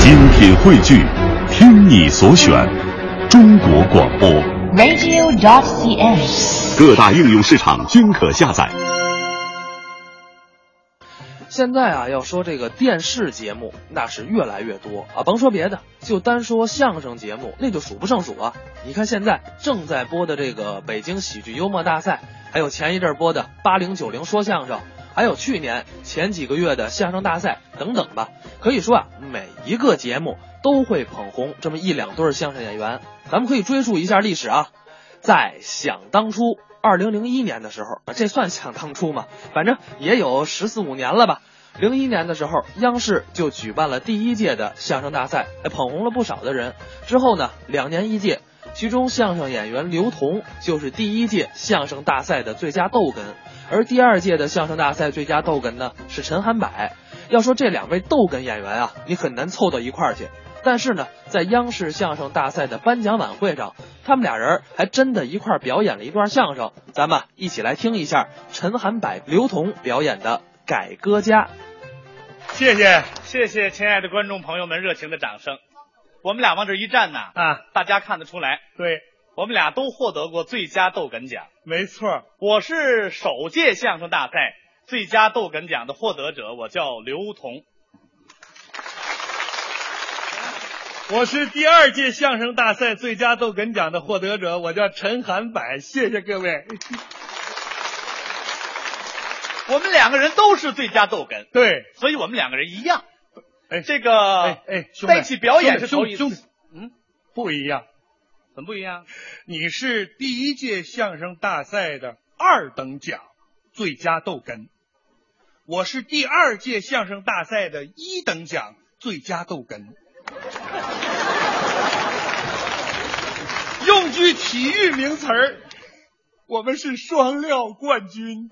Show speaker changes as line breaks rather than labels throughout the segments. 精品汇聚，听你所选，中国广播。
radio.cn。
各大应用市场均可下载。
现在啊，要说这个电视节目，那是越来越多啊。甭说别的，就单说相声节目，那就数不胜数啊。你看现在正在播的这个北京喜剧幽默大赛，还有前一阵儿播的八零九零说相声，还有去年前几个月的相声大赛等等吧。可以说啊，每一个节目都会捧红这么一两对儿相声演员。咱们可以追溯一下历史啊，在想当初。二零零一年的时候，这算想当初嘛？反正也有十四五年了吧。零一年的时候，央视就举办了第一届的相声大赛，哎，捧红了不少的人。之后呢，两年一届，其中相声演员刘同就是第一届相声大赛的最佳逗哏，而第二届的相声大赛最佳逗哏呢是陈涵柏。要说这两位逗哏演员啊，你很难凑到一块儿去。但是呢，在央视相声大赛的颁奖晚会上，他们俩人还真的一块儿表演了一段相声。咱们啊一起来听一下陈涵柏、刘同表演的《改歌家》。
谢谢谢谢，亲爱的观众朋友们，热情的掌声。我们俩往这一站呐，
啊，
大家看得出来，
对，
我们俩都获得过最佳逗哏奖。
没错，
我是首届相声大赛最佳逗哏奖的获得者，我叫刘同。
我是第二届相声大赛最佳逗哏奖的获得者，我叫陈涵柏，谢谢各位。
我们两个人都是最佳逗哏，
对，
所以我们两个人一样。
哎
这个
哎哎，兄弟，
在一起表演是
兄
头
弟，
一
兄弟，
次
兄，弟嗯，不一样，
怎么不一样？
你是第一届相声大赛的二等奖最佳逗哏，我是第二届相声大赛的一等奖最佳逗哏。用句体育名词儿，我们是双料冠军。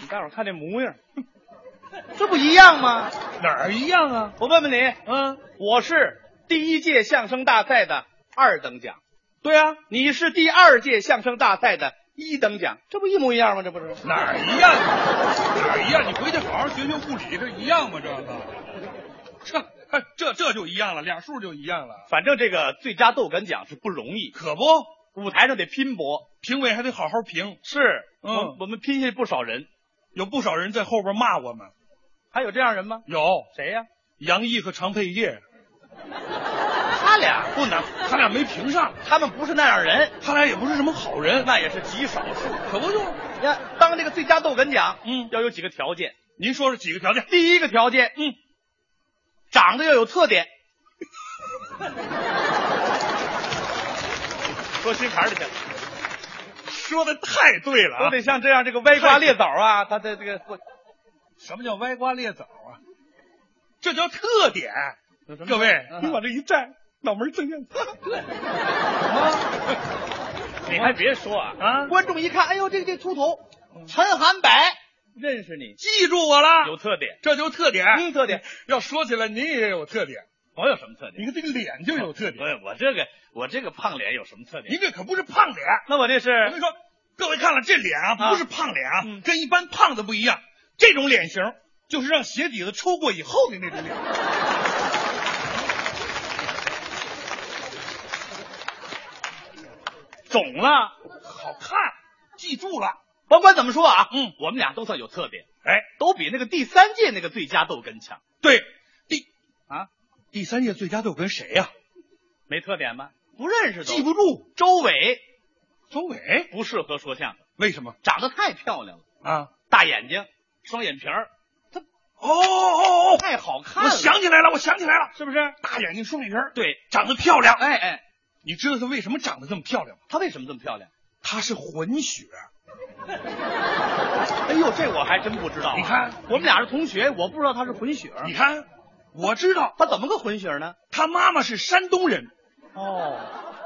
你大伙儿看这模样， 这不一样吗？
哪儿一样啊？
我问问你，
嗯，
我是第一届相声大赛的二等奖，
对啊，
你是第二届相声大赛的一等奖，这不一模一样吗？这不是？
哪儿一样？哪儿一样？你回去好好学学物理，这一样吗？这个， 这这这就一样了，俩数就一样了，
反正这个最佳逗哏奖是不容易，
可不，
舞台上得拼搏。
评委还得好好评。
是，
嗯
我我们拼下不少人，
有不少人在后边骂我们，
还有这样人吗？
有
谁呀、
杨毅和常佩业，
他俩，
不能，他俩没评上，
他们不是那样人，
他俩也不是什么好人，
那也是极少数。
可不就？
你看，当这个最佳逗哏奖，
嗯
要有几个条件。
您说说几个条件？
第一个条件，
嗯，
长得要有特点。 说心坎里去了，
说的太对 了啊
都得像这样这个歪瓜裂枣啊，他的这 个会
什么叫歪瓜裂枣啊？这叫特点。各位，
嗯
你往这一站，脑门儿正亮。
你还别说啊，
啊
观众一看，哎呦，这个这秃头，陈涵柏，认识你，
记住我了，
有特点。
这就是特点。
嗯特点。
要说起来，您也有特点。
我有什么特
你
点？
看这个脸就有特
不
点，
是我这个我这个胖脸有什么特点？
您这可不是胖 脸。
那我这
我跟
是
你说，各位看了这脸啊，
啊
不是胖脸啊，
嗯
跟一般胖子不一样。这种脸型就是让鞋底子抽过以后的那 种脸。
肿了。
好看，记住了。
甭管怎么说啊，
嗯，
我们俩都算有特点，
哎，
都比那个第三届那个最佳逗哏强
对，第
啊。
第三届最佳逗哏谁呀、
没特点吗？不认识都
记不住，
周伟
周伟。
不适合说相声，
为什么
长得太漂亮了，
啊？
大眼睛，双眼皮儿，
哦哦哦！
太好看
我
了。
想起来了，我想起来了，
是不是？
大眼睛双眼皮儿，
对，
长得漂亮。
哎哎，
你知道她为什么长得这么漂亮吗？
她为什么这么漂亮？
她是混血。
哎呦，这我还真不知道啊、
你看
我们俩是同学，我不知道她是混血儿。
你看，我知道
她怎么个混血儿呢？
她妈妈是山东人，
哦，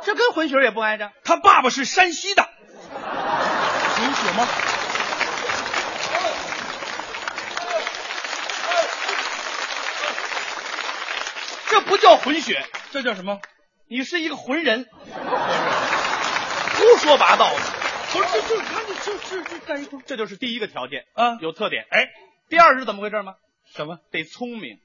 这跟混血儿也不挨着。
她爸爸是山西的。混血吗？
这不叫混血，
这叫什么？
你是一个浑人，胡说八道的。
不是，这这，看你这这这该说
这就是第一个条件，
啊，
有特点。哎，第二是怎么回事吗？
什么？
得聪 明，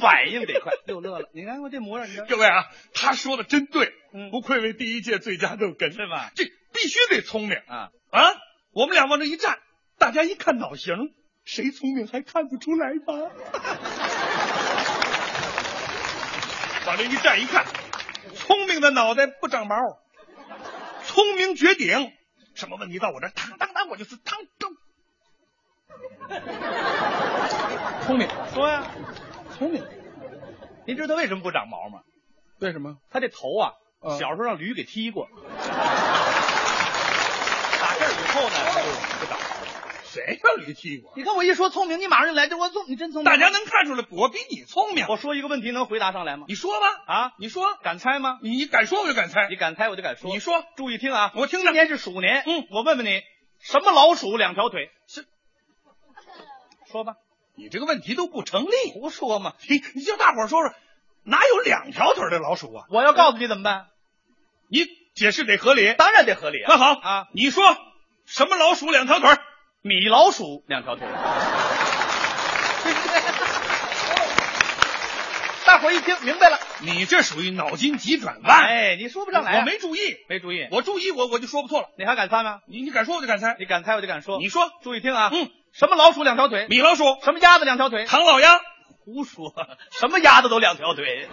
反应得快。
又乐了，你看我这模样，你看
各位啊，他说的真对，
嗯
不愧为第一届最佳逗哏，
是吧
这必须得聪明
啊，
啊！我们俩往这一站，大家一看脑型，谁聪明还看不出来吧？
往这一站一看，聪明的脑袋不长毛，聪明绝顶，什么问题到我这儿当当当，我就是当当。聪明，
说呀，
聪明，
您知道为什么不长毛吗？
为什么？
他这头啊，
啊
小时候让驴给踢过。打这儿以后呢，他就不长毛了。
谁让驴踢我？
嗯你看我一说聪明，你马上就来这，我聪，你真聪明。
大家能看出来，我比你聪明。
我说一个问题，能回答上来吗？
你说吧，
啊，
你说，
敢猜吗？
你敢说我就敢猜
你。敢猜我就敢说。
你说，
注意听啊，
我听着
今年是鼠年，
嗯，
我问问你，什么老鼠两条腿？
是，
说吧，
你这个问题都不成立。
胡说嘛！
你你叫大伙儿说说，哪有两条腿的老鼠啊？
我要告诉你怎么办？
你解释得合理。
嗯当然得合理啊！
那好
啊，
你说什么老鼠两条腿儿？
米老鼠两条腿。 大伙儿一听明白了，
你这属于脑筋急转弯。
哎，你说不上来啊、
我没注意，
没注意，
我注意我我就说不错了。
你还敢猜吗？
你你敢说我就敢猜。
你敢猜我就敢说。
你说
注意听啊，
嗯，
什么老鼠两条腿？
米老鼠、
什么鸭子两条腿？
唐老鸭，
胡说，什么鸭子都两条腿。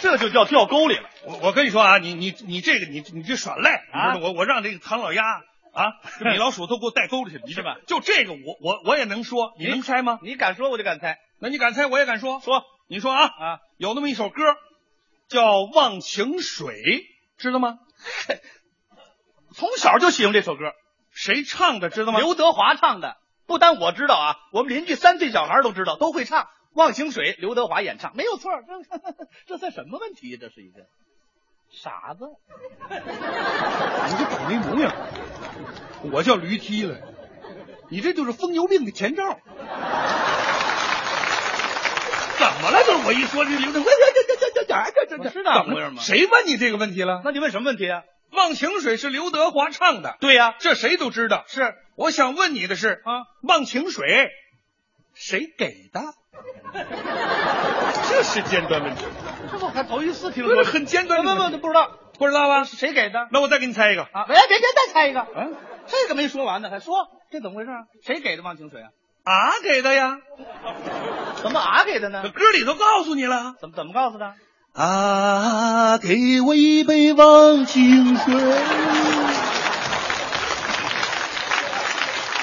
这就叫掉沟里了。
我我跟你说啊，你你你这个你你这耍赖，
啊
你知道我我让这个唐老鸭 啊、米老鼠都给我带沟里去了，你
是吧？
就这个我我我也能说，你能猜吗？
你敢说我就敢猜。
那你敢猜我也敢说。
说
你说啊，
啊，
有那么一首歌叫《忘情水》，知道吗？
从小就喜欢这首歌，
谁唱的知道吗？
刘德华唱的，不单我知道啊，我们邻居三岁小孩都知道，都会唱《忘情水》，刘德华演唱，没有错。这 这算什么问题？啊这是一个傻子。
你这倒霉模样，我叫驴踢了，你这就是疯牛病的前兆。怎么了？就是我一说这驴，这这这这这这这
我知道
怎么了
模样吗
谁问你这个问题了？
那你问什么问题啊？
《忘情水》是刘德华唱的，
对呀、
这谁都知道。
是
我想问你的是，《
啊，
忘情水》谁给的？ 这是尖端问题，
这我还头一次听
这
说
是。很尖端
问
的
问
问
问，
题，
不知道
不知道吧？
谁给的
那我再给你猜一个，
啊？喂，别别，再猜一个。
啊
这个没说完呢，还说这怎么回事啊？谁给的忘情水啊？
啊给的呀，
怎么啊给的
这
呢？
歌里都告诉你了。
怎么怎么告诉的？
啊，给我一杯忘情水。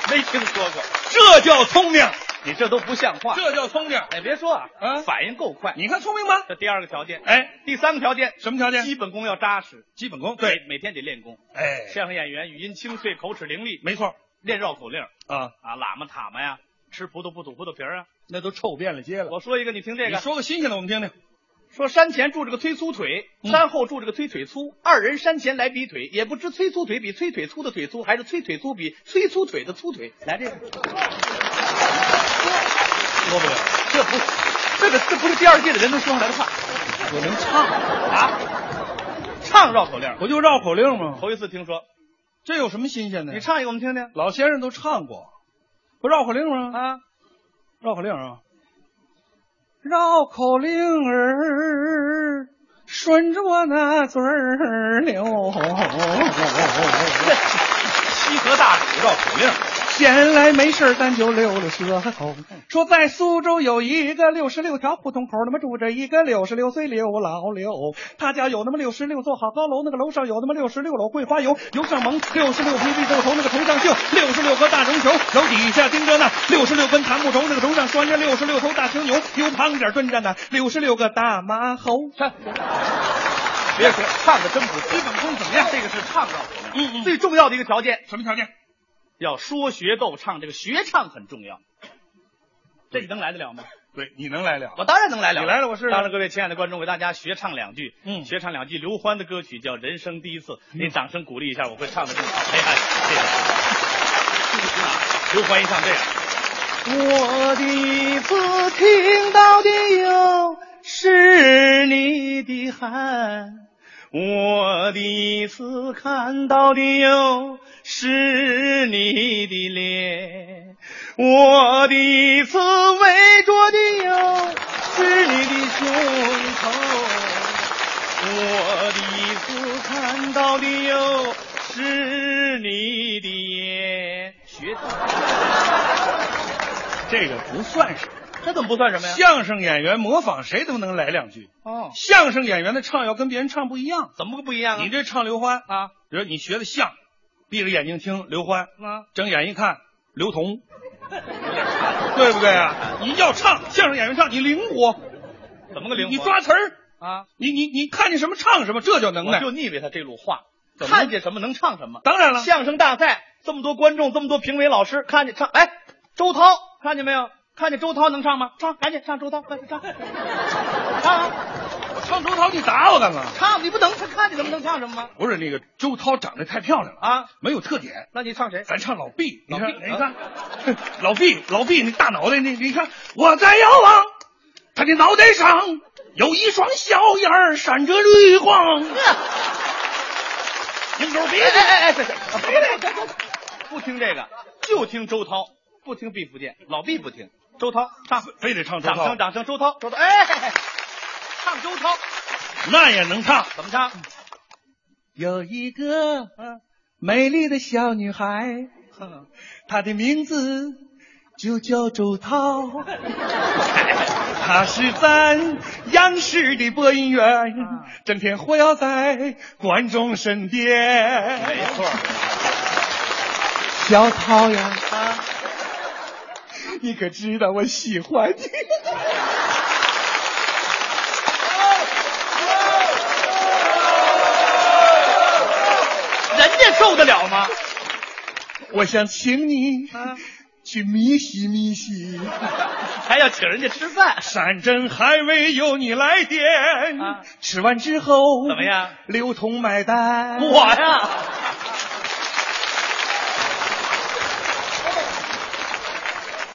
没听说过，
这叫聪明，
你这都不像话。
这叫聪明。
哎，别说啊，
啊
反应够快。
你看聪明吗？
这第二个条件，
哎，
第三个条件，
什么条件？
基本功要扎实，
基本功。
每，，每天得练功。
哎，
相声演员语音清脆，口齿伶俐，
没错
练绕口令
啊，
啊，喇嘛塔嘛呀，吃葡萄不吐葡萄皮儿啊。
那都臭遍了街了。
我说一个，你听这
你
个，
说个新鲜的，我们听听。
说山前住着个推粗腿，
嗯
山后住着个推腿粗，二人山前来比腿，也不知推粗腿比推腿粗的腿粗，还是推腿粗比推粗腿的粗腿。来这个，
说不了，
这不，这个这不是第二届的人能说上来的话
我能唱，
啊！唱绕口令，
不就绕口令吗？
头一次听说，
这有什么新鲜的？
你，唱一个我们听听
老先生都唱过，不绕口令吗？
啊！
绕口令啊，绕口令儿顺着我那嘴儿流。
西河大鼓绕口令，
闲来没事儿咱就溜溜舌头。说在苏州有一个六十六条胡同口，那么住着一个六十六岁刘老刘，他家有那么六十六座好高楼，那个楼上有那么六十六篓桂花油，油上蒙六十六匹绿豆头，那个头上绣六十六颗大绒球，楼底下钉着那六十六根檀木轴，那个轴上拴着六十六头大青牛，牛旁边蹲着那六十六个大麻猴。
别说唱的真不错，基本功怎么样？这个是唱绕口令，
嗯嗯
最重要的一个条件
什么条件？
要说学逗唱，这个学唱很重要。这你能来得了吗？
对，你能来了
我当然能来了，
你来了我试试
当着各位亲爱的观众，给大家学唱两句，
嗯
学唱两句刘欢的歌曲叫《人生第一次》，您掌声鼓励一下，我会唱的更好。哎呀，这个，刘欢一唱这个，
我第一次听到的有
是你的汗，我第一次看到的又是你的脸，我第一次围着的又是你的胸口，我第一次看到的又是你的眼。学到
这个不算什么。
这怎么不算什么呀？
相声演员模仿谁都能来两句。
哦，
相声演员的唱要跟别人唱不一样。
怎么个不一样啊？
你这唱刘欢，
啊
比如你学的像，闭着眼睛听刘欢，
啊，
睁眼一看刘同，对不对啊？你要唱相声演员唱，你灵活，
怎么个灵活？
你抓词儿，
啊，
你你你看见什么唱什么，这叫能
我
耐
就。腻歪他这路话，
怎么了
看见什么能唱什么。
当然了，
相声大赛这么多观众，这么多评委老师，看见唱，哎，周涛看见没有？看见周涛能唱吗？唱，赶紧唱周涛，快点唱，唱啊
我唱周涛，你打我干嘛？
唱！你不能，他看你怎么能唱什么吗？
不是那个周涛长得太漂亮了，
啊，
没有特点。
那你唱谁？
咱唱老毕，你
老
看，
毕
你看，老毕，老毕那大脑袋，那你看，我在遥望，他的脑袋上有一双小眼儿闪着绿光。
您狗别哎哎哎，别别别别，不听这个，就听周涛，不听毕福剑，老毕不听，周涛唱，
非得唱周
掌
涛
声，掌声，周涛，周涛，哎，唱周涛，
那也能唱。
怎么唱？
有一个啊
嗯
美丽的小女孩，啊她的名字就叫周涛， 她是咱央视的播音员，
啊
整天活跃在观众身边。
没错，
小涛呀，
啊，
你可知道我喜欢你？
人家受得了吗？
我想请你
啊，
去咪西咪西。
还要请人家吃饭，
山珍海味由你来点，
啊
吃完之后
怎么样？
刘同买单。
我呀。